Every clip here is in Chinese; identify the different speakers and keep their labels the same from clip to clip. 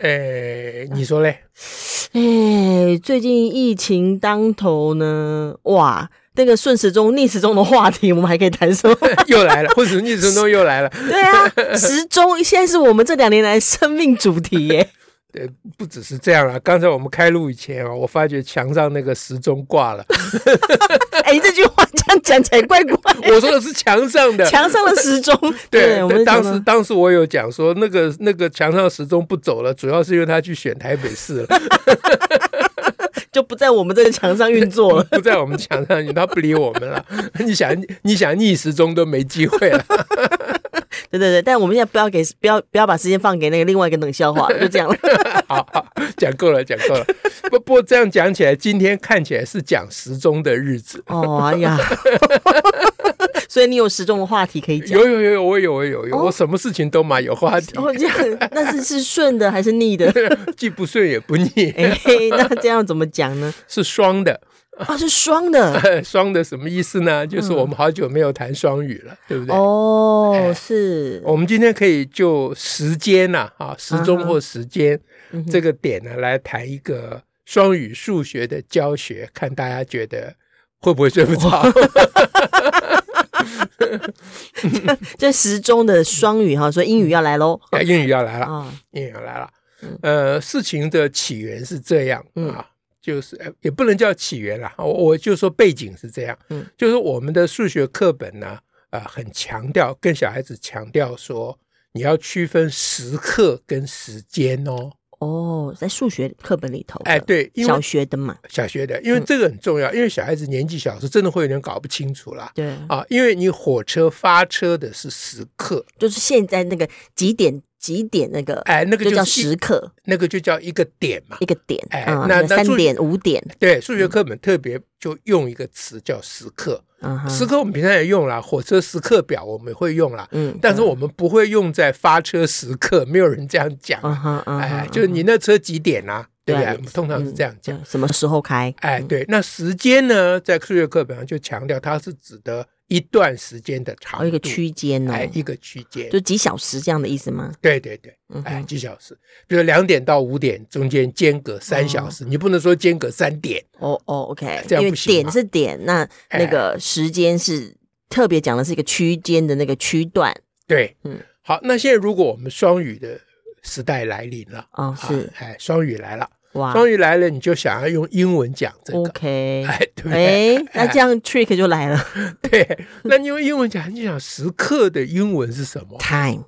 Speaker 1: 诶、你说嘞？
Speaker 2: 哎，最近疫情当头呢，哇，那个顺时钟、逆时钟的话题，我们还可以谈什么？
Speaker 1: 又来了，或者是逆时钟又来了。
Speaker 2: 对啊，时钟现在是我们这两年来生命主题耶。
Speaker 1: 呃，不只是这样啊，刚才我们开录以前啊，我发觉墙上那个时钟挂 了。
Speaker 2: 哎，这句话这样讲起来怪 怪。
Speaker 1: 我说的是墙上的，
Speaker 2: 墙上的时钟，
Speaker 1: 啊对，
Speaker 2: 我们
Speaker 1: 当
Speaker 2: 讲
Speaker 1: 时
Speaker 2: 到
Speaker 1: 当时我有讲说，那个那个墙上时钟不走了，主要是因为他去选台北市了，
Speaker 2: 就不在我们这个墙上运作了。
Speaker 1: 不在我们墙上，他不理我们了。 你想你想逆时钟都没机会了。
Speaker 2: 对对对，但我们现在不要给不要不要把时间放给那个另外一个冷笑话，就这样了。
Speaker 1: 好好，讲够了，讲够了。不不过这样讲起来，今天看起来是讲时钟的日子。
Speaker 2: 哦，哎呀， 所以你有时钟的话题可以讲。
Speaker 1: 有有有有，我有我有有，
Speaker 2: 哦
Speaker 1: 我什么事情都嘛有话题，
Speaker 2: 哦，这样那是是顺的还是逆的？
Speaker 1: 既不顺也不逆，
Speaker 2: 哎、那这样怎么讲呢？
Speaker 1: 是双的。
Speaker 2: 啊，是双的
Speaker 1: 双的什么意思呢？
Speaker 2: 嗯
Speaker 1: 就是我们好久没有谈双语了，对不哎对？
Speaker 2: 哦，是
Speaker 1: 我们今天可以就时间呐、啊，时钟或时间、
Speaker 2: 嗯哼
Speaker 1: 这个点呢，来谈一个双语数学的教学，看大家觉得会不会睡不着？
Speaker 2: 这时钟的双语哈，所以英语要来喽。
Speaker 1: 哎英语要来了，
Speaker 2: 啊，
Speaker 1: 英语要来了。呃，事情的起源是这样
Speaker 2: 嗯
Speaker 1: 啊，就是呃也不能叫起源了，我我就说背景是这样，
Speaker 2: 嗯
Speaker 1: 就是我们的数学课本呢，呃，很强调跟小孩子强调说，你要区分时刻跟时间哦。
Speaker 2: 哦，在数学课本里头，
Speaker 1: 哎，，对，因为
Speaker 2: 小学的嘛，
Speaker 1: 小学的，
Speaker 2: 嗯
Speaker 1: 因为这个很重要，因为小孩子年纪小时候真的会有点搞不清楚啦。
Speaker 2: 对，
Speaker 1: 啊，因为你火车发车的是时刻，
Speaker 2: 就是现在那个几点几点那个，
Speaker 1: 哎，那个
Speaker 2: 就叫
Speaker 1: 是一
Speaker 2: 时，刻
Speaker 1: 那个就叫一个点嘛。
Speaker 2: 一个点，
Speaker 1: 哎
Speaker 2: 啊，
Speaker 1: 那那
Speaker 2: 三
Speaker 1: 数
Speaker 2: 点五点，
Speaker 1: 对，数学课本特别就用一个词叫时刻，
Speaker 2: 嗯哼，
Speaker 1: 时刻我们平常也用啦，火车时刻表我们也会用啦，
Speaker 2: 嗯，
Speaker 1: 但是我们不会用在发车时刻，没有人这样讲。
Speaker 2: 嗯哼，嗯
Speaker 1: 哎，
Speaker 2: 哼，
Speaker 1: 就是你那车几点啊？对不对？
Speaker 2: 对
Speaker 1: 我们通常是这样讲。
Speaker 2: 嗯什么时候开？
Speaker 1: 哎，对，那时间呢，在数学课本上就强调它是指的一段时间的
Speaker 2: 还
Speaker 1: 长度，
Speaker 2: 有一个区间哦，
Speaker 1: 哎，一个区间。
Speaker 2: 就几小时这样的意思吗？
Speaker 1: 对对对，
Speaker 2: 嗯
Speaker 1: 哎，
Speaker 2: 哼，
Speaker 1: 几小时，比如两点到五点中间间隔三小时，你不能说间隔三点，
Speaker 2: 哦哦，OK，
Speaker 1: 这样
Speaker 2: 因为
Speaker 1: 不行吗啊哎
Speaker 2: 点是点，那那个时间是特别讲的是一个区间的那个区段
Speaker 1: 对，
Speaker 2: 嗯，
Speaker 1: 好，那现在如果我们双语的时代来临了，
Speaker 2: 哦，是
Speaker 1: 啊，哎，双语来了，
Speaker 2: 哇
Speaker 1: 双语来了，你就想要用英文讲这个，
Speaker 2: ，OK，
Speaker 1: 哎，对不对？
Speaker 2: 哎，那这样 trick 就来了
Speaker 1: 对，那你用英文讲，你想时刻的英文是什么？
Speaker 2: ，time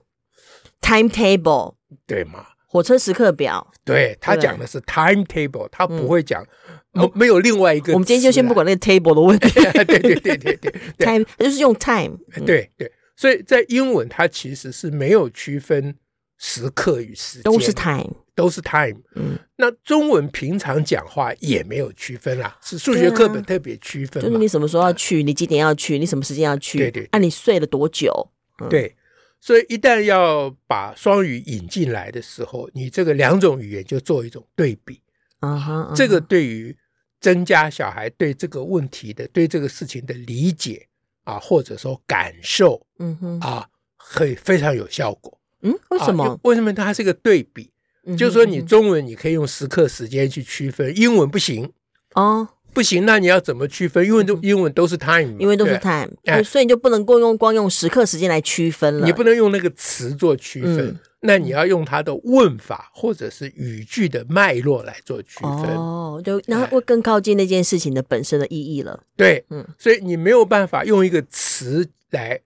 Speaker 2: timetable
Speaker 1: 对吗？
Speaker 2: 火车时刻表，
Speaker 1: 对他
Speaker 2: 对
Speaker 1: 讲的是 timetable，他不
Speaker 2: 嗯
Speaker 1: 会讲，没没有另外一个。啊
Speaker 2: 我们今天就先不。管那个 table 的问 题
Speaker 1: 对对 对对对对对
Speaker 2: ，time 就是用 time，嗯
Speaker 1: 对对，所以在英文它其实是没有区分时刻与时间，
Speaker 2: 都是 time，
Speaker 1: 都是 time。
Speaker 2: 嗯，
Speaker 1: 那中文平常讲话也没有区分啦，是数学
Speaker 2: 啊
Speaker 1: 课本特别区分
Speaker 2: 就是
Speaker 1: 嘛。
Speaker 2: 你什么时候要去，你几点要去，你什么时间要去，
Speaker 1: 对对
Speaker 2: 啊，你睡了多久？
Speaker 1: 对，所以一旦要把双语引进来的时候，你这个两种语言就做一种对比。
Speaker 2: 啊哈，
Speaker 1: 这个对于增加小孩对这个问题的、对这个事情的理解啊，或者说感受
Speaker 2: 嗯哼，
Speaker 1: 啊，会非常有效果。
Speaker 2: 嗯，为
Speaker 1: 啊
Speaker 2: 什么
Speaker 1: 就？为什么它是一个对比？
Speaker 2: 嗯哼
Speaker 1: 就是说，你
Speaker 2: 嗯
Speaker 1: 中文你可以用时刻、时间去区分，英文不行，
Speaker 2: 哼哦，
Speaker 1: 不行，那你要怎么区分？因为都英文都是 time，嘛
Speaker 2: 嗯因为都是
Speaker 1: 嗯对
Speaker 2: time，
Speaker 1: 哎
Speaker 2: 所以你就不能够用光用时刻时间来区分了。
Speaker 1: 你不能用那个词做区分
Speaker 2: 嗯。
Speaker 1: 那你要用它的问法或者是语句的脉络来做区分。
Speaker 2: 哦，就那会更靠近那件事情的本身的意义了。
Speaker 1: 对，
Speaker 2: 嗯
Speaker 1: 所以你没有办法用一个词来，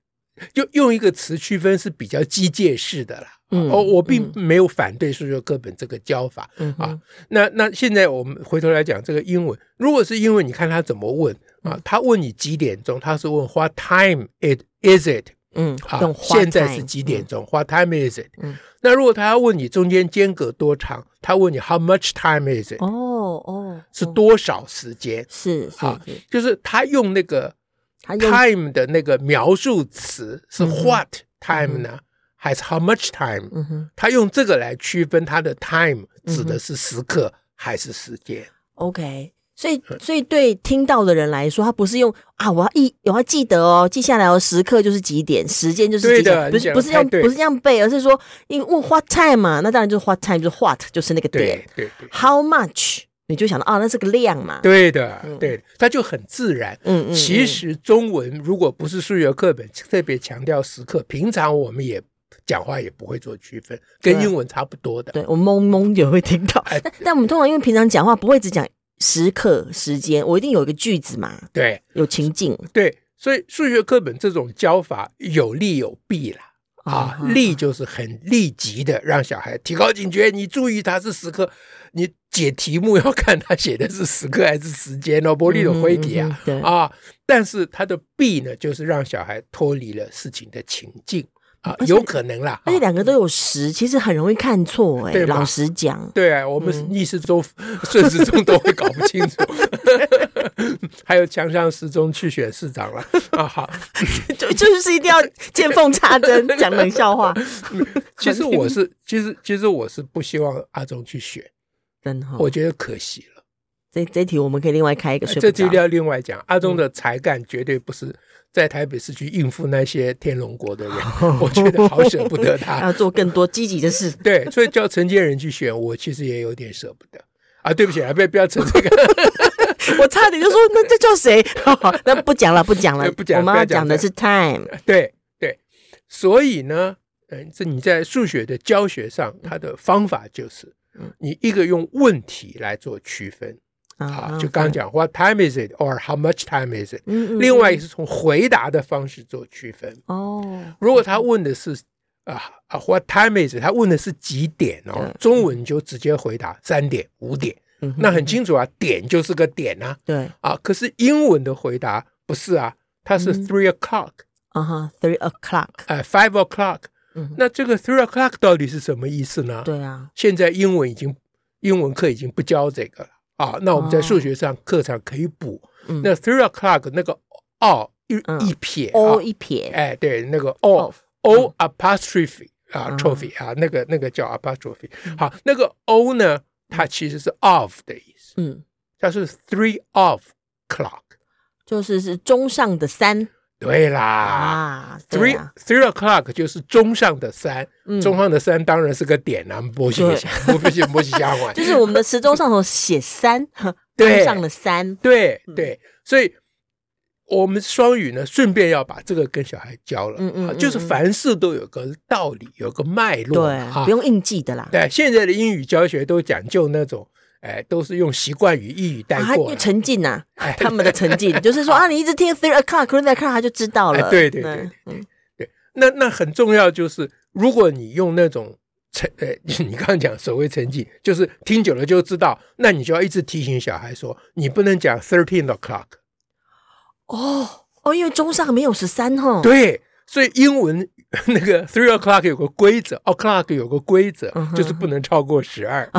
Speaker 1: 就用一个词区分是比较机械式的啦。
Speaker 2: 嗯
Speaker 1: 哦，我并
Speaker 2: 嗯
Speaker 1: 没有反对数学课本这个教法。
Speaker 2: 嗯哼，
Speaker 1: 那那现在我们回头来讲这个英文，如果是英
Speaker 2: 嗯
Speaker 1: 文，你看他怎么问啊？他问你几点钟，他是问 What time it is it
Speaker 2: 嗯，
Speaker 1: 啊
Speaker 2: 用，花嗯
Speaker 1: 现在
Speaker 2: 菜
Speaker 1: 是几点？钟？What time is it？、
Speaker 2: 嗯
Speaker 1: 那如果他要问你中间间隔多长，他问你 How much time is it？、
Speaker 2: 嗯哦哦，
Speaker 1: 是
Speaker 2: 哦
Speaker 1: 多少时间？
Speaker 2: 是是
Speaker 1: 啊
Speaker 2: 是，
Speaker 1: 就是他用那个
Speaker 2: 他啊用
Speaker 1: time 的那个描述词是
Speaker 2: 嗯哼
Speaker 1: what time 呢，还是 how much time？、
Speaker 2: 嗯哼
Speaker 1: 他用这个来区分他的 time
Speaker 2: 嗯哼
Speaker 1: 指的是时刻还是时间。
Speaker 2: ，OK。所以，所以对听到的人来说，他不是用啊，我要一我要记得哦，记下来哦，时刻就是几点，时间就是
Speaker 1: 对
Speaker 2: 几
Speaker 1: 的
Speaker 2: 点，不
Speaker 1: 你
Speaker 2: 是
Speaker 1: 讲得
Speaker 2: 不是这
Speaker 1: 太
Speaker 2: 样
Speaker 1: 对
Speaker 2: 不是这样背，而是说因为问 what time 嘛，那当然就是 what time 就是 what 就是那个点
Speaker 1: 对对对，
Speaker 2: ，how much 你就想到啊，那是个量嘛，
Speaker 1: 对的
Speaker 2: 嗯，
Speaker 1: 对的，他就很自然。
Speaker 2: 嗯嗯，
Speaker 1: 其
Speaker 2: 嗯
Speaker 1: 实中文如果不是数学课本特别强调时刻，平常我们也讲话也不会做区分，跟
Speaker 2: 对
Speaker 1: 英文差不多的。
Speaker 2: 对我懵懵也会听到，
Speaker 1: 哎
Speaker 2: 但但我们通常因为平常讲话不会只讲时刻时间，我一定有一个句子嘛，
Speaker 1: 对
Speaker 2: 有情境
Speaker 1: 对，所以数学课本这种教法有利有弊啦。
Speaker 2: 哦
Speaker 1: 啊，立就是很立即的让小孩提高警觉，你注意他是时刻，你解题目要看他写的是时刻还是时间哦，玻璃的灰底
Speaker 2: 嗯
Speaker 1: 啊，，
Speaker 2: 哼嗯哼对，
Speaker 1: 啊，但是他的弊呢，就是让小孩脱离了事情的情境啊，
Speaker 2: 而且
Speaker 1: 有可能啦，
Speaker 2: 而且
Speaker 1: 啊
Speaker 2: 两个都有时，其实很容易看错哎、
Speaker 1: 对吧
Speaker 2: 老实讲，
Speaker 1: 对啊，我们
Speaker 2: 嗯
Speaker 1: 逆时钟、 顺时钟都会搞不清楚， 还有强上时钟去选市长了 啊，好。
Speaker 2: 就就是一定要见缝插针 讲冷笑话，
Speaker 1: 其实我是，其实其实我是不希望阿忠去选，
Speaker 2: 真好。
Speaker 1: 我觉得可惜了。
Speaker 2: 这这题我们可以另外开一个睡
Speaker 1: 哎这
Speaker 2: 不着嗯
Speaker 1: 就一定。要另外讲。阿忠的才干绝对不是在台北市去应付那些天龙 国的人，我觉得好舍不得他。
Speaker 2: 要做更多积极的事，
Speaker 1: 对，所以叫陈建仁去选，我其实也有点舍不得啊。对不 起啊，不要不要扯这个。
Speaker 2: 我差点就说那这叫谁？ 那不讲 了，不讲了，
Speaker 1: 不讲
Speaker 2: 我们
Speaker 1: 不
Speaker 2: 要
Speaker 1: 要讲
Speaker 2: 讲的是 time，
Speaker 1: 对对，所以呢，嗯，这你在数学的教学上，它的方法就是
Speaker 2: 嗯，
Speaker 1: 你一个用问题来做区分啊，就刚刚，讲 What time is it or How much time is it？
Speaker 2: 嗯嗯
Speaker 1: 另外
Speaker 2: 嗯
Speaker 1: 一个是从回答的方式做区分。
Speaker 2: 哦，
Speaker 1: 如果他问的是啊啊 What time is？it？他问的是几点哦
Speaker 2: 对？
Speaker 1: 中文你就直接回答三点、五点，
Speaker 2: 嗯哼
Speaker 1: 那很清楚啊，点就是个点啊
Speaker 2: 对
Speaker 1: 啊！可是英文的回答不是啊，它是
Speaker 2: 嗯
Speaker 1: three o'clock，
Speaker 2: 啊哈，three o'clock，
Speaker 1: 呃 five o'clock。
Speaker 2: 嗯哼，
Speaker 1: 那这个 three o'clock 到底是什么意思呢？
Speaker 2: 对啊，
Speaker 1: 现在英文已经英文课已经不教这个了啊，那我们在
Speaker 2: 哦
Speaker 1: 数学上课上可以补。
Speaker 2: 嗯
Speaker 1: 那 three o'clock 那个哦一
Speaker 2: 嗯
Speaker 1: 一撇啊
Speaker 2: ，o 一撇哦
Speaker 1: 哎，对，那个 o
Speaker 2: Of，
Speaker 1: o apostrophe 啊
Speaker 2: 嗯
Speaker 1: ，trophy 啊，那个那个叫 apostrophe。好，那个 o 呢，它其实是 of 的意思，
Speaker 2: 嗯，
Speaker 1: 它是 three of clock。
Speaker 2: 就是是中上的三
Speaker 1: 对啦
Speaker 2: 啊对
Speaker 1: ，three
Speaker 2: 啊
Speaker 1: three o'clock 就是钟上的三，
Speaker 2: 嗯
Speaker 1: 钟上的三当然是个点啊，不是
Speaker 2: 对
Speaker 1: 不是不是瞎 玩，
Speaker 2: 就是我们的时钟上头写三，
Speaker 1: 对
Speaker 2: 中上的三，
Speaker 1: 对对，所以我们双语呢，顺便要把这个跟小孩教了，
Speaker 2: 嗯嗯
Speaker 1: 啊
Speaker 2: 嗯
Speaker 1: 就是
Speaker 2: 嗯
Speaker 1: 凡事都有个道理，有个脉络嘛，
Speaker 2: 对，
Speaker 1: 啊
Speaker 2: 不用硬记的啦。
Speaker 1: 对，现在的英语教学都讲究那种，哎，都是用习惯语一语带
Speaker 2: 啊，
Speaker 1: 过
Speaker 2: 就
Speaker 1: 了。
Speaker 2: 沉浸呐、
Speaker 1: 哎
Speaker 2: 他们的沉 浸就是说啊，你一直听 three o'clock、three o'clock，他就知道了。
Speaker 1: 哎对对对
Speaker 2: 嗯，
Speaker 1: 那那很重要，就是如果你用那种沉，呃， 你刚刚讲所谓沉浸，就是听久了就知道，那你就要一直提醒小孩说，你不能讲 thirteen o'clock。
Speaker 2: 哦哦，因为中上没有十三哈。，
Speaker 1: 对，所以英文 那个 three o'clock 有个规则，o'clock 有个规则
Speaker 2: 嗯，哼
Speaker 1: 就是不能超过十二。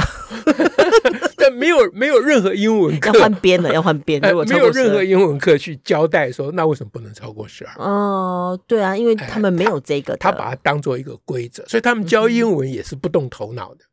Speaker 1: 但没有没有任何英文
Speaker 2: 要
Speaker 1: 课
Speaker 2: 换边了，要换边。
Speaker 1: 呃
Speaker 2: 如果
Speaker 1: 没
Speaker 2: 超
Speaker 1: 有
Speaker 2: 过十
Speaker 1: 任何
Speaker 2: 二，
Speaker 1: 英文课去交代说，那为什么不能超过十二？
Speaker 2: 哦，对啊，因为他们没有这个的。
Speaker 1: 哎他把它当做一个规则，所以他
Speaker 2: 嗯
Speaker 1: 们教英文也是不动头 脑的。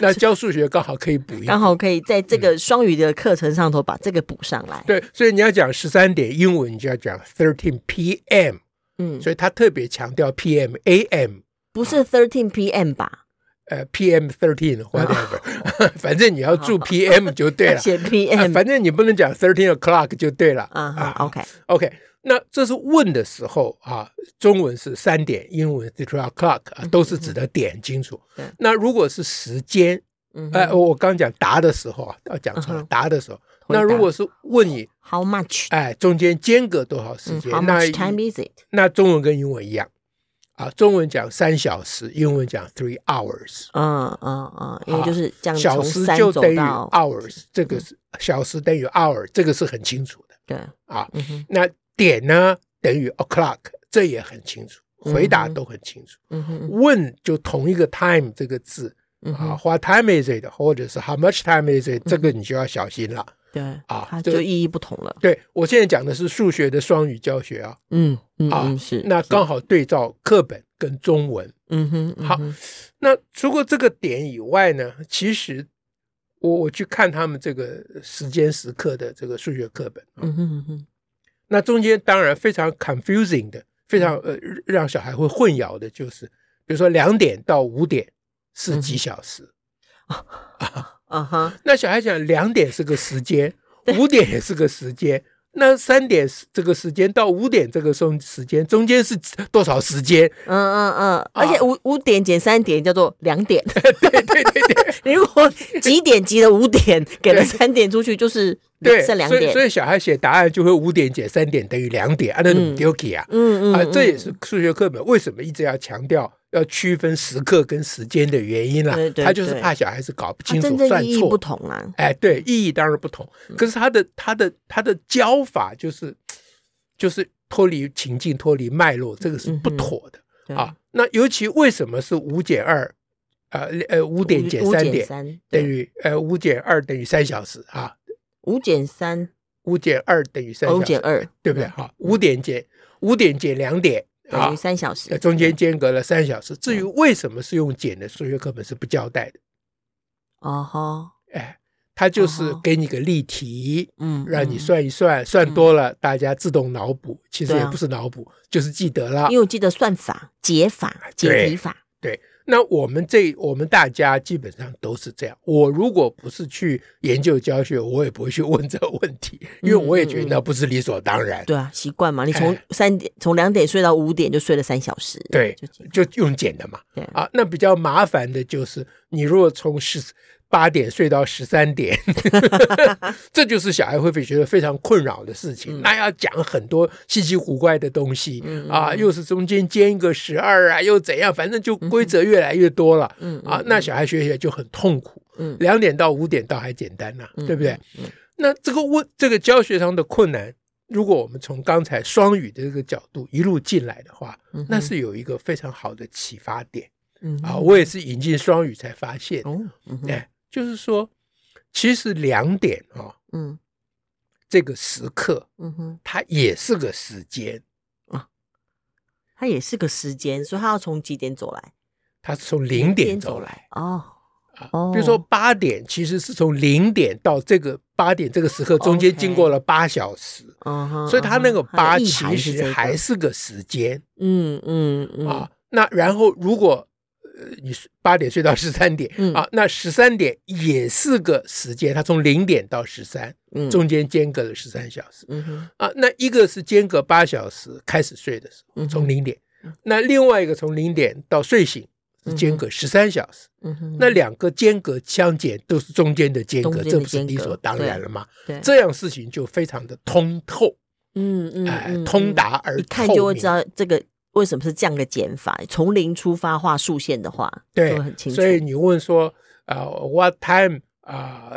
Speaker 1: 那教数学刚好可以补一补
Speaker 2: 刚好可以在这个双语的课程上头把这个补上来。
Speaker 1: 对，所以你要讲十三点英文，你就要讲 thirteen p.m.，
Speaker 2: 嗯，
Speaker 1: 所以他特别强调 p.m. a.m.
Speaker 2: 不是 thirteen p.m. 吧？
Speaker 1: 呃 p.m. thirteen whatever，反 正你要注 p.m. 就对了。
Speaker 2: 写
Speaker 1: 啊
Speaker 2: p.m.
Speaker 1: 反正你不能讲 thirteen o'clock 就对了
Speaker 2: 啊哈，OK，
Speaker 1: OK，那这是问的时候啊，中文是三点，英文是 three o'clock，、啊、都是指的点清楚。
Speaker 2: 嗯对
Speaker 1: 那如果是时间，
Speaker 2: 嗯
Speaker 1: 哎、我刚讲答的时候啊，要讲错
Speaker 2: 嗯
Speaker 1: 了，
Speaker 2: 哼
Speaker 1: 答的时候，
Speaker 2: 回答
Speaker 1: 那如果是问你，
Speaker 2: ，How much？
Speaker 1: 哎、中间间隔多少时
Speaker 2: 嗯
Speaker 1: 间？
Speaker 2: ，How
Speaker 1: 那
Speaker 2: much time is it？
Speaker 1: 那中文跟英文一样啊，中文讲三小时，英文讲 three hours，
Speaker 2: 嗯嗯嗯，因为
Speaker 1: 啊
Speaker 2: 就是这样
Speaker 1: 小
Speaker 2: 从
Speaker 1: 时
Speaker 2: 三
Speaker 1: 就
Speaker 2: 走
Speaker 1: 等于啊
Speaker 2: 到嗯
Speaker 1: hours，这个是、小时等于 hour，这个是很清楚的
Speaker 2: 对，
Speaker 1: 啊。
Speaker 2: 嗯哼，
Speaker 1: 那点呢？等于 o'clock，这也很清楚，回答
Speaker 2: 嗯哼
Speaker 1: 都很清楚。
Speaker 2: 嗯哼，
Speaker 1: 问就同一个 time 这个字
Speaker 2: 嗯
Speaker 1: 啊
Speaker 2: 哼，嗯
Speaker 1: ，what time is it，或者是 how much time is it，这个你就要小心了。
Speaker 2: 对
Speaker 1: 啊
Speaker 2: 它
Speaker 1: 这
Speaker 2: 就意义不同了。
Speaker 1: 对我现在讲的是数学的双语教学啊，
Speaker 2: 嗯嗯
Speaker 1: 啊
Speaker 2: 嗯，是
Speaker 1: 那刚好对照课本跟中文。
Speaker 2: 嗯哼，嗯
Speaker 1: 好
Speaker 2: 哼，
Speaker 1: 那除过这个点以外呢，其实我我去看他们这个时间时刻的这个数学课本，啊
Speaker 2: 嗯哼嗯哼，
Speaker 1: 那中间当然非常 confusing 的，非常
Speaker 2: 嗯
Speaker 1: 呃让小孩会混淆的，就是比如说两点到五点
Speaker 2: 嗯
Speaker 1: 是几小时，
Speaker 2: 啊哈，
Speaker 1: 那小孩讲两点是个时间，五点也是个时间，那三点是这个时间到五点这个中时间中间是多少时间？
Speaker 2: 嗯嗯嗯，而且五五点减三点叫做两点，
Speaker 1: 啊 对对对对。
Speaker 2: 如果几点集了五点，给了三点出去，就是
Speaker 1: 对，
Speaker 2: 剩两
Speaker 1: 所以
Speaker 2: 点。
Speaker 1: 所以小孩写答案就会五点减三点等于两点，啊，那种丢给啊，
Speaker 2: 嗯嗯，
Speaker 1: 啊，这也
Speaker 2: 嗯
Speaker 1: 是数学课本为什么一直要强调要区分时刻跟时间的原因啦、啊
Speaker 2: 对对
Speaker 1: 他就是
Speaker 2: 对
Speaker 1: 怕小孩子搞不
Speaker 2: 它
Speaker 1: 清楚
Speaker 2: 真正
Speaker 1: 算
Speaker 2: 意义不
Speaker 1: 错，
Speaker 2: 同啊。
Speaker 1: 哎，对，意义当然不同，可是他的他的他的教法就是就是脱离情境、脱离脉络，这个是
Speaker 2: 嗯
Speaker 1: 不
Speaker 2: 哼
Speaker 1: 妥的、
Speaker 2: 对
Speaker 1: 啊。那尤其为什么是五减二，呃呃，五
Speaker 2: 五
Speaker 1: 点减
Speaker 2: 五
Speaker 1: 三
Speaker 2: 减
Speaker 1: 点
Speaker 2: 三
Speaker 1: 等
Speaker 2: 对
Speaker 1: 于呃五减二等于三小时啊，
Speaker 2: 五减三，
Speaker 1: 五减二等于三
Speaker 2: 哦
Speaker 1: 小
Speaker 2: 五
Speaker 1: 时，
Speaker 2: 减二嗯
Speaker 1: 对不对？好，五点减五点减两点
Speaker 2: 等
Speaker 1: 啊
Speaker 2: 于，三小时嗯
Speaker 1: 呃。中间间隔了三小时。至于为什么是用减的，数学课本是不交代的，
Speaker 2: 哦哈，
Speaker 1: 哎，它就是
Speaker 2: 哦
Speaker 1: 给你个例题，
Speaker 2: 嗯，
Speaker 1: 让你
Speaker 2: 嗯。
Speaker 1: 算一算，算多了大家自动脑补，其实
Speaker 2: 对
Speaker 1: 也
Speaker 2: 啊
Speaker 1: 不是脑补，就是记得了
Speaker 2: 因。为我记得算法、解法、解
Speaker 1: 对
Speaker 2: 题法，
Speaker 1: 那我们这我们大家基本上都是这样。我如果不是去研究教学，我也不会去问这个问题，因为我也觉得那不是理所当然。
Speaker 2: 对啊，习惯嘛。你从
Speaker 1: 哎
Speaker 2: 三点，从两点睡到五点，就睡了三小时。
Speaker 1: 对
Speaker 2: 就这样
Speaker 1: 就用减的嘛
Speaker 2: 对。
Speaker 1: 啊，那比较麻烦的就是你如果从十八点睡到十三点， 这就是小孩会被觉得非常困扰的事情。
Speaker 2: 嗯
Speaker 1: 那要讲很多稀奇古怪的东西、
Speaker 2: 嗯
Speaker 1: 啊，
Speaker 2: 嗯
Speaker 1: 又是中间间一个十二啊，又怎样，反正就规则越来越多了、
Speaker 2: 嗯
Speaker 1: 啊。那小孩学起来就很痛苦。
Speaker 2: 嗯
Speaker 1: 两点到五点倒还简单呐、
Speaker 2: 嗯
Speaker 1: 对不对？
Speaker 2: 嗯嗯
Speaker 1: 那这个问这个教学上的困难，如果我们从刚才双语的这个角度一路进来的话，
Speaker 2: 嗯哼
Speaker 1: 那是有一个非常好的启发点
Speaker 2: 嗯
Speaker 1: 啊！我也是引进双语才发现，
Speaker 2: 哦，嗯哼
Speaker 1: 哎，就是说，其实两点啊、哦，
Speaker 2: 嗯
Speaker 1: 这个时刻
Speaker 2: 嗯哼，
Speaker 1: 它也是个时间，
Speaker 2: 它也是个时间，所以它要从几点走来？
Speaker 1: 它是从零点走来。
Speaker 2: 哦，
Speaker 1: 啊
Speaker 2: 哦
Speaker 1: 比如说八点，其实是从零点到这个八点这个时刻中间
Speaker 2: OK
Speaker 1: 经过了八小时，
Speaker 2: 嗯哼，
Speaker 1: 所以它那个
Speaker 2: 嗯哼
Speaker 1: 八
Speaker 2: 它的意
Speaker 1: 其
Speaker 2: 涵是
Speaker 1: 实
Speaker 2: 这个
Speaker 1: 还是个时间
Speaker 2: 嗯嗯嗯
Speaker 1: 啊。那然后如果呃你八点睡到十三点
Speaker 2: 嗯
Speaker 1: 啊，那十三点也是个时间，它从零点到十三
Speaker 2: 嗯
Speaker 1: 中间间隔了十三小时
Speaker 2: 嗯哼
Speaker 1: 啊。那一个是间隔八小时开始睡的时候，
Speaker 2: 嗯
Speaker 1: 从
Speaker 2: 哼
Speaker 1: 零点，那另外一个从零点到睡醒是间隔十三小时。
Speaker 2: 嗯哼，
Speaker 1: 那两个间隔相减都是中间的间
Speaker 2: 中
Speaker 1: 隔，
Speaker 2: 间的
Speaker 1: 这不是
Speaker 2: 间
Speaker 1: 理
Speaker 2: 隔
Speaker 1: 所当
Speaker 2: 对
Speaker 1: 然了吗？
Speaker 2: 对
Speaker 1: 这样事情就非常的通透。
Speaker 2: 嗯嗯
Speaker 1: 哎
Speaker 2: 嗯，
Speaker 1: 通
Speaker 2: 嗯
Speaker 1: 达而
Speaker 2: 一看
Speaker 1: 透
Speaker 2: 就会
Speaker 1: 明
Speaker 2: 知道这个为什么是这样的减法，从零出发画竖线的话，
Speaker 1: 对
Speaker 2: 就会很清楚。
Speaker 1: 所以你问说，啊、w h a t time 啊、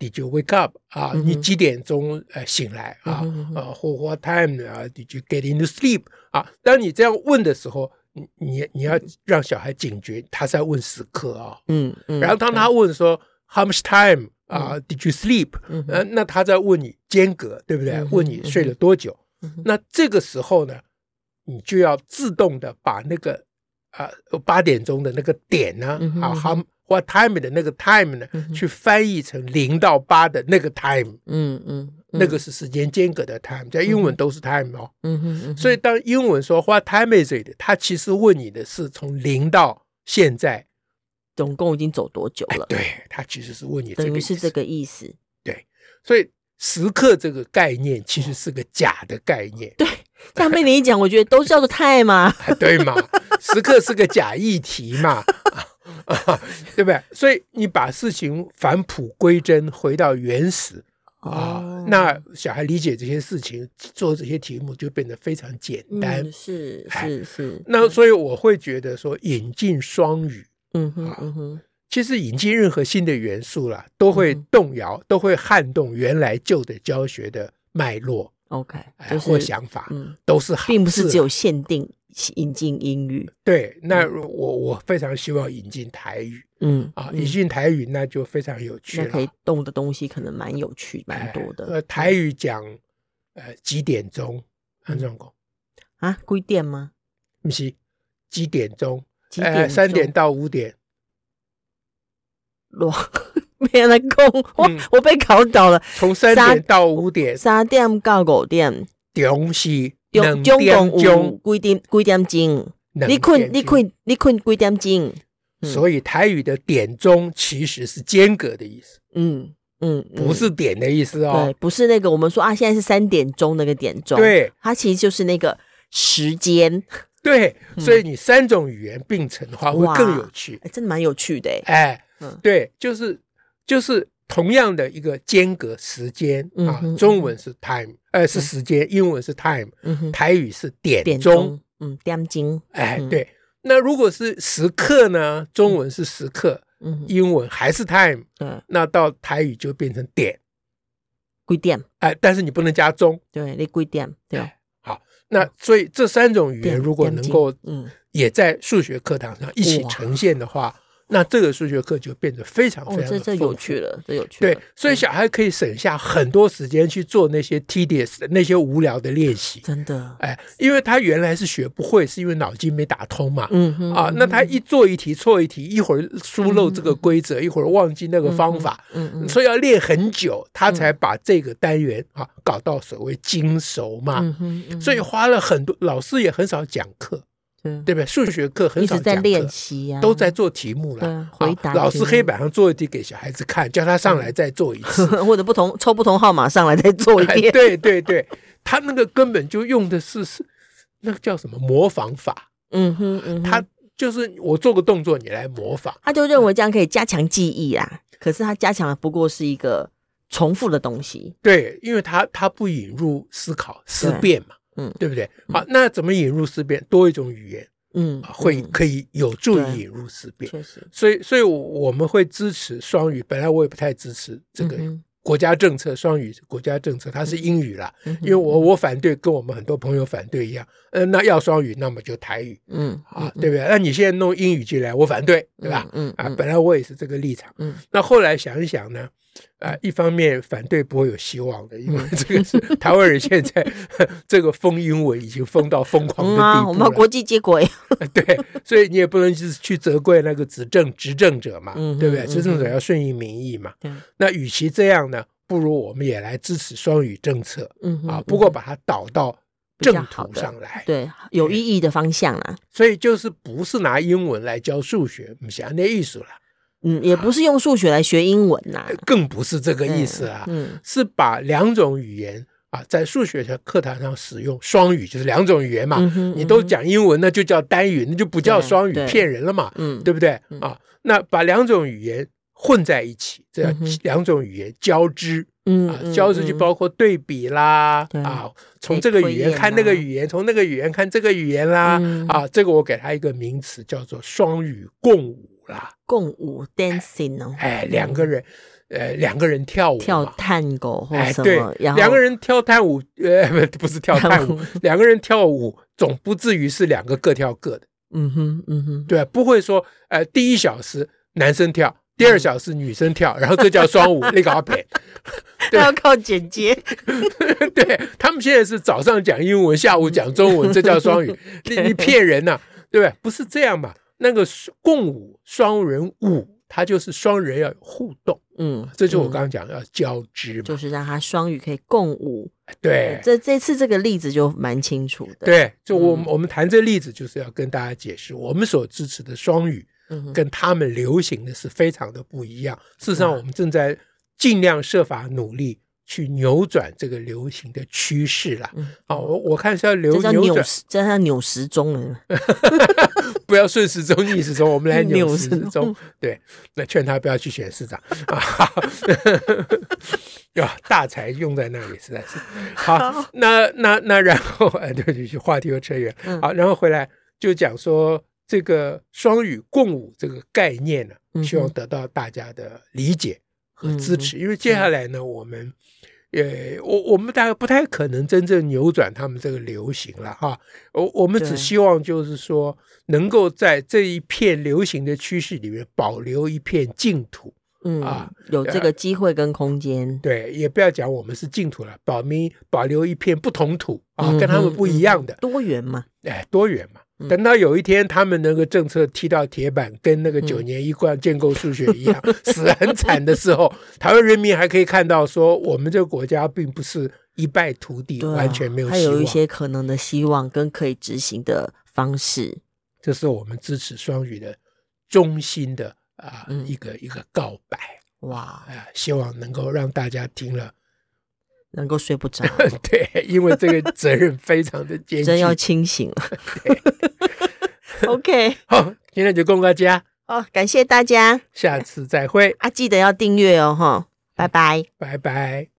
Speaker 1: did you wake up 啊、
Speaker 2: 嗯哼
Speaker 1: 你几点钟呃醒来啊？
Speaker 2: 嗯哼嗯哼
Speaker 1: 呃，或 What time 啊、d i d you get into sleep 啊？当你这样问的时候，你你你要让小孩警觉，他是在问时刻啊、
Speaker 2: 嗯嗯，
Speaker 1: 然后当他问说、How much time 啊、did you sleep？、
Speaker 2: 嗯哼
Speaker 1: 呃，那他在问你间隔，对不对？
Speaker 2: 嗯哼
Speaker 1: 问你睡了多久？
Speaker 2: 嗯哼
Speaker 1: 那这个时候呢，你就要自动的把那个啊八、点钟的那个点呢，
Speaker 2: 嗯哼
Speaker 1: 啊
Speaker 2: 嗯哼
Speaker 1: how what time 的那个 time 呢，
Speaker 2: 嗯哼
Speaker 1: 去翻译成零到八的那个 time，、
Speaker 2: 嗯嗯嗯
Speaker 1: 那个是时间间隔的 time，在英文都是 time 哦。
Speaker 2: 嗯哼嗯哼，
Speaker 1: 所以当英文说 what time is it，它其实问你的是从零到现在，
Speaker 2: 总共已经走多久
Speaker 1: 哎
Speaker 2: 了，？
Speaker 1: 对，它其实是问你这
Speaker 2: 等
Speaker 1: 个
Speaker 2: 于
Speaker 1: 意
Speaker 2: 是
Speaker 1: 思。
Speaker 2: 这个意思。
Speaker 1: 所以时刻这个概念其
Speaker 2: 哦
Speaker 1: 实是个假的概念。
Speaker 2: 这样被你一讲，我觉得都叫做太嘛。
Speaker 1: 啊对嘛？时刻是个假议题嘛，啊对不对？所以你把事情返璞归真，回到原始 啊，
Speaker 2: 哦
Speaker 1: 那小孩理解这些事情，做这些题目就变得非常简单。
Speaker 2: 嗯是是是，
Speaker 1: 哎那所以我会觉得说，引进双语，
Speaker 2: 嗯
Speaker 1: 啊
Speaker 2: 哼嗯哼
Speaker 1: 其实引进任何新的元素啦，都会
Speaker 2: 嗯
Speaker 1: 动摇，都会撼动原来旧的教学的脉络。
Speaker 2: OK，
Speaker 1: 哎
Speaker 2: 就
Speaker 1: 或
Speaker 2: 是
Speaker 1: 想法，
Speaker 2: 嗯，
Speaker 1: 都是好事啊，
Speaker 2: 并不是只有限定引进英语，
Speaker 1: 对。那我我非常希望引进台语
Speaker 2: 嗯
Speaker 1: 啊，
Speaker 2: 嗯
Speaker 1: 引进台语那就非常有趣
Speaker 2: 那
Speaker 1: 了。
Speaker 2: 可以动的东西可能蛮有趣、蛮多
Speaker 1: 哎呃，
Speaker 2: 的嗯
Speaker 1: 台语讲呃几点钟？安怎讲？
Speaker 2: 啊。规定吗？
Speaker 1: 不是几点钟？呃
Speaker 2: 几哎点？
Speaker 1: 三点。到五点。
Speaker 2: 落， 没人来讲，我、
Speaker 1: 嗯
Speaker 2: 我被考倒了。
Speaker 1: 从三
Speaker 2: 三
Speaker 1: 点到五点，
Speaker 2: 三点到五点，
Speaker 1: 中是
Speaker 2: 中
Speaker 1: 两
Speaker 2: 中
Speaker 1: 点
Speaker 2: 共有
Speaker 1: 钟。
Speaker 2: 几点几点钟？
Speaker 1: 两
Speaker 2: 你困
Speaker 1: 点
Speaker 2: 你
Speaker 1: 钟，
Speaker 2: 困你困几点钟？嗯
Speaker 1: 所以台语的点钟其实是间隔的意思，
Speaker 2: 嗯嗯，嗯
Speaker 1: 不是点的意思
Speaker 2: 对
Speaker 1: 哦。，
Speaker 2: 不是那个我们说啊，现在是三点钟那个点钟，，
Speaker 1: 对
Speaker 2: 它其实就是那个时间，
Speaker 1: 对，
Speaker 2: 嗯
Speaker 1: 所以你三种语言并存的话会
Speaker 2: 哇
Speaker 1: 更有趣。
Speaker 2: 哎，真的蛮有趣的哎，
Speaker 1: 哎
Speaker 2: 嗯，
Speaker 1: 对，就是就是同样的一个间隔时间
Speaker 2: 嗯
Speaker 1: 啊
Speaker 2: 哼，
Speaker 1: 中文是 time，呃是
Speaker 2: 嗯
Speaker 1: 时间，英文是 time，
Speaker 2: 嗯哼，
Speaker 1: 台语是点
Speaker 2: 点
Speaker 1: 钟，
Speaker 2: 钟，嗯，点钟，
Speaker 1: 哎
Speaker 2: 嗯，
Speaker 1: 对。那如果是时刻呢？中文是时刻，
Speaker 2: 嗯哼，
Speaker 1: 英文还是 time，
Speaker 2: 对，
Speaker 1: 那到台语就变成点，
Speaker 2: 几点？
Speaker 1: 哎，但是你不能加钟。
Speaker 2: 对，你几点？对，
Speaker 1: 哎那所以这三种语言
Speaker 2: 嗯点
Speaker 1: 如果
Speaker 2: 点
Speaker 1: 能
Speaker 2: 睛
Speaker 1: 够
Speaker 2: 嗯，
Speaker 1: 也在数学课堂上一起
Speaker 2: 哇
Speaker 1: 呈现的话，那这个数学课就变得非常非
Speaker 2: 哦，
Speaker 1: 常
Speaker 2: 这
Speaker 1: 的
Speaker 2: 这
Speaker 1: 丰
Speaker 2: 有
Speaker 1: 富
Speaker 2: 趣了，这有趣了，
Speaker 1: 对，所以
Speaker 2: 嗯
Speaker 1: 小孩可以省下很多时间去做那些 tedious 的那些无聊的练习。
Speaker 2: 真的，
Speaker 1: 哎，因为他原来是学不会，是因为脑筋没打通嘛。
Speaker 2: 嗯哼
Speaker 1: 啊，那他一做一题错一题，一会儿疏漏这个规则，一会儿忘记那个方法，，
Speaker 2: 嗯哼嗯嗯
Speaker 1: 所以要练很久，他才把这个单元啊搞到所谓精熟嘛。
Speaker 2: 嗯哼，嗯
Speaker 1: 啊所以
Speaker 2: 哼
Speaker 1: 花了很多，老师也很少讲课，
Speaker 2: 对
Speaker 1: 对不对？数学课很
Speaker 2: 一
Speaker 1: 少
Speaker 2: 直在
Speaker 1: 讲
Speaker 2: 练
Speaker 1: 课，
Speaker 2: 习呀，
Speaker 1: 都在做题目
Speaker 2: 对
Speaker 1: 啦
Speaker 2: 啊。回
Speaker 1: 啊
Speaker 2: 答
Speaker 1: 老
Speaker 2: 题
Speaker 1: 师黑
Speaker 2: 目
Speaker 1: 板上做一题给小孩子看，叫他上来再做一次。
Speaker 2: 或者不同抽不同号码上来再做一
Speaker 1: 哎
Speaker 2: 遍。
Speaker 1: 对对对，他那个根本就用的是是那个叫什么模仿法，
Speaker 2: 嗯哼，嗯哼，
Speaker 1: 他就是我做个动作，你来模仿。
Speaker 2: 他就认为这样可以加强记忆啊。可是他加强的不过是一个重复的东西。
Speaker 1: 对，因为他他不引入思考思辨嘛，
Speaker 2: 嗯
Speaker 1: 对不对？好，那怎么引入思辨？多一种语言
Speaker 2: 嗯，
Speaker 1: 啊会
Speaker 2: 嗯
Speaker 1: 可以有助
Speaker 2: 对
Speaker 1: 于引入思辨。
Speaker 2: 确实
Speaker 1: 所以，所以我我们会支持双语。本来我也不太支持这个
Speaker 2: 嗯
Speaker 1: 国家政策，双语国家政策，它是英语啦。
Speaker 2: 哼嗯哼
Speaker 1: 因为我我反对，跟我们很多朋友反对一样。嗯，那要双语，那么就台语。
Speaker 2: 嗯
Speaker 1: 啊，对不对？那你现在弄英语进来，我反对，对吧？
Speaker 2: 嗯
Speaker 1: 啊，
Speaker 2: 嗯
Speaker 1: 本来我也是这个立场。
Speaker 2: 嗯，
Speaker 1: 那后来想一想呢，啊，一方面反对不会有希望的，因
Speaker 2: 嗯
Speaker 1: 为这个是台湾人现在 这个疯英文已经疯到疯狂的
Speaker 2: 嗯
Speaker 1: 地步
Speaker 2: 啊，
Speaker 1: 了。啊
Speaker 2: 我们要国际接轨。
Speaker 1: 对，所以你也不能就是去责怪那个执政执政者嘛，
Speaker 2: 嗯哼
Speaker 1: 对不对？
Speaker 2: 嗯哼
Speaker 1: 执政者要顺应民意嘛。
Speaker 2: 对
Speaker 1: 那与其这样呢，不如我们也来支持双语政策
Speaker 2: 嗯哼
Speaker 1: 啊，
Speaker 2: 嗯
Speaker 1: 不过
Speaker 2: 哼
Speaker 1: 把它导到
Speaker 2: 比较
Speaker 1: 正
Speaker 2: 好
Speaker 1: 途
Speaker 2: 的
Speaker 1: 上来。
Speaker 2: 对有意义的方向啦。
Speaker 1: 所以就是不是拿英文来教数学，不想那艺术了，
Speaker 2: 嗯，也不是用数学来学英文呐。
Speaker 1: 更不是这个意思
Speaker 2: 对
Speaker 1: 啊，
Speaker 2: 嗯
Speaker 1: 是把两种语言啊，在数学的课堂上使用双语，就是两种语言嘛。
Speaker 2: 嗯哼
Speaker 1: 啊你都
Speaker 2: 嗯哼
Speaker 1: 讲英文，那就叫单语，那就不叫
Speaker 2: 对
Speaker 1: 双语
Speaker 2: 对，
Speaker 1: 骗人了嘛，
Speaker 2: 嗯
Speaker 1: 对不对
Speaker 2: 嗯
Speaker 1: 啊？那把两种语言混在一起，这样
Speaker 2: 嗯哼
Speaker 1: 两种语言交织。啊，
Speaker 2: 嗯
Speaker 1: 交织就包括对比啦，
Speaker 2: 对
Speaker 1: 啊，从这个语言看
Speaker 2: 推
Speaker 1: 那
Speaker 2: 演啊
Speaker 1: 个语言，从那个语言看这个语言啦，
Speaker 2: 嗯
Speaker 1: 啊，这个我给它一个名词叫做双语共舞啦，
Speaker 2: 共舞 dancing 哦，
Speaker 1: 哎，两个人，呃，两个人跳舞嘛
Speaker 2: 跳探狗或
Speaker 1: 哎，
Speaker 2: 什
Speaker 1: 对
Speaker 2: 么，，然后
Speaker 1: 两个人跳探舞，呃， 不不是跳 探舞，两个人跳舞总不至于是两个各跳各的，
Speaker 2: 嗯哼嗯哼，
Speaker 1: 对吧，不会说，呃，第一小时男生跳，第二小时女生跳，然后这叫双舞，那个阿北，对
Speaker 2: 要靠剪 接。
Speaker 1: 对他们现在是早上讲英文，下午讲中文，这叫 双语。你你骗人呐、对不对？不是这样嘛？那个共舞双人舞，它就是双人要有互动，
Speaker 2: 嗯，
Speaker 1: 这就是我
Speaker 2: 嗯
Speaker 1: 刚刚讲的要交织嘛。
Speaker 2: 就是让他双语可以共舞。哎
Speaker 1: 对
Speaker 2: 这这次这个例子就蛮清楚的。，
Speaker 1: 对，就我们、
Speaker 2: 嗯
Speaker 1: 我们谈这例子，就是要跟大家解释，我们所支持的双语
Speaker 2: 嗯哼，
Speaker 1: 跟他们流行的是非常的不一样。事实上，
Speaker 2: 哇
Speaker 1: 我们正在尽量设法努力去扭转这个流行的趋势啦。
Speaker 2: 嗯
Speaker 1: 啊，我我看是要流
Speaker 2: 这叫
Speaker 1: 扭
Speaker 2: 扭
Speaker 1: 转，
Speaker 2: 时，这叫扭时钟啊了。
Speaker 1: 不要顺时钟逆时钟，我们来
Speaker 2: 扭
Speaker 1: 扭
Speaker 2: 时
Speaker 1: 时
Speaker 2: 钟
Speaker 1: 钟。对，那劝他不要去选市长 啊！呀， 大财用在那里实在是好。那那那然后， 哎，对不起，话题又扯远
Speaker 2: 嗯。
Speaker 1: 好，然后回来就讲说这个双语共舞这个概念呢
Speaker 2: 嗯，哼嗯
Speaker 1: 希望得到大家的理解和支持。因为接下来呢，我们呃，我我们大概不太可能真正扭转他们这个流行了哈。我我们只
Speaker 2: 对
Speaker 1: 希望就是说，能够在这一片流行的趋势里面保留一片净土。
Speaker 2: 嗯，
Speaker 1: 啊
Speaker 2: 有这个机会跟空间，
Speaker 1: 对，也不要讲我们是净土了，保民保留一片不同土啊，
Speaker 2: 嗯
Speaker 1: 跟他们
Speaker 2: 嗯
Speaker 1: 不一样的，
Speaker 2: 多元嘛，
Speaker 1: 哎，多元嘛
Speaker 2: 嗯。
Speaker 1: 等到有一天他们能够政策踢到铁板，跟那个
Speaker 2: 嗯
Speaker 1: 九年一贯建构数学一样、 死很惨 的时候，台湾人民还可以看到说，我们这个国家并不是一败涂地，
Speaker 2: 对啊、
Speaker 1: 完全没有
Speaker 2: 还
Speaker 1: 希
Speaker 2: 有一
Speaker 1: 望。
Speaker 2: 些可能的希望跟可以执行的方式。
Speaker 1: 这是我们支持双语的中心的啊、
Speaker 2: 嗯
Speaker 1: 一个一个告白
Speaker 2: 哇
Speaker 1: 啊、，希望能够让大家听了，
Speaker 2: 能够睡不着，
Speaker 1: 对，因为这个责任非常的艰
Speaker 2: 真
Speaker 1: 巨。
Speaker 2: 要清醒了。OK，
Speaker 1: 好，今天就供到家，
Speaker 2: 哦，感谢大家
Speaker 1: 下次再会，
Speaker 2: 啊，记得要订阅哦，哈，拜拜。
Speaker 1: 拜拜。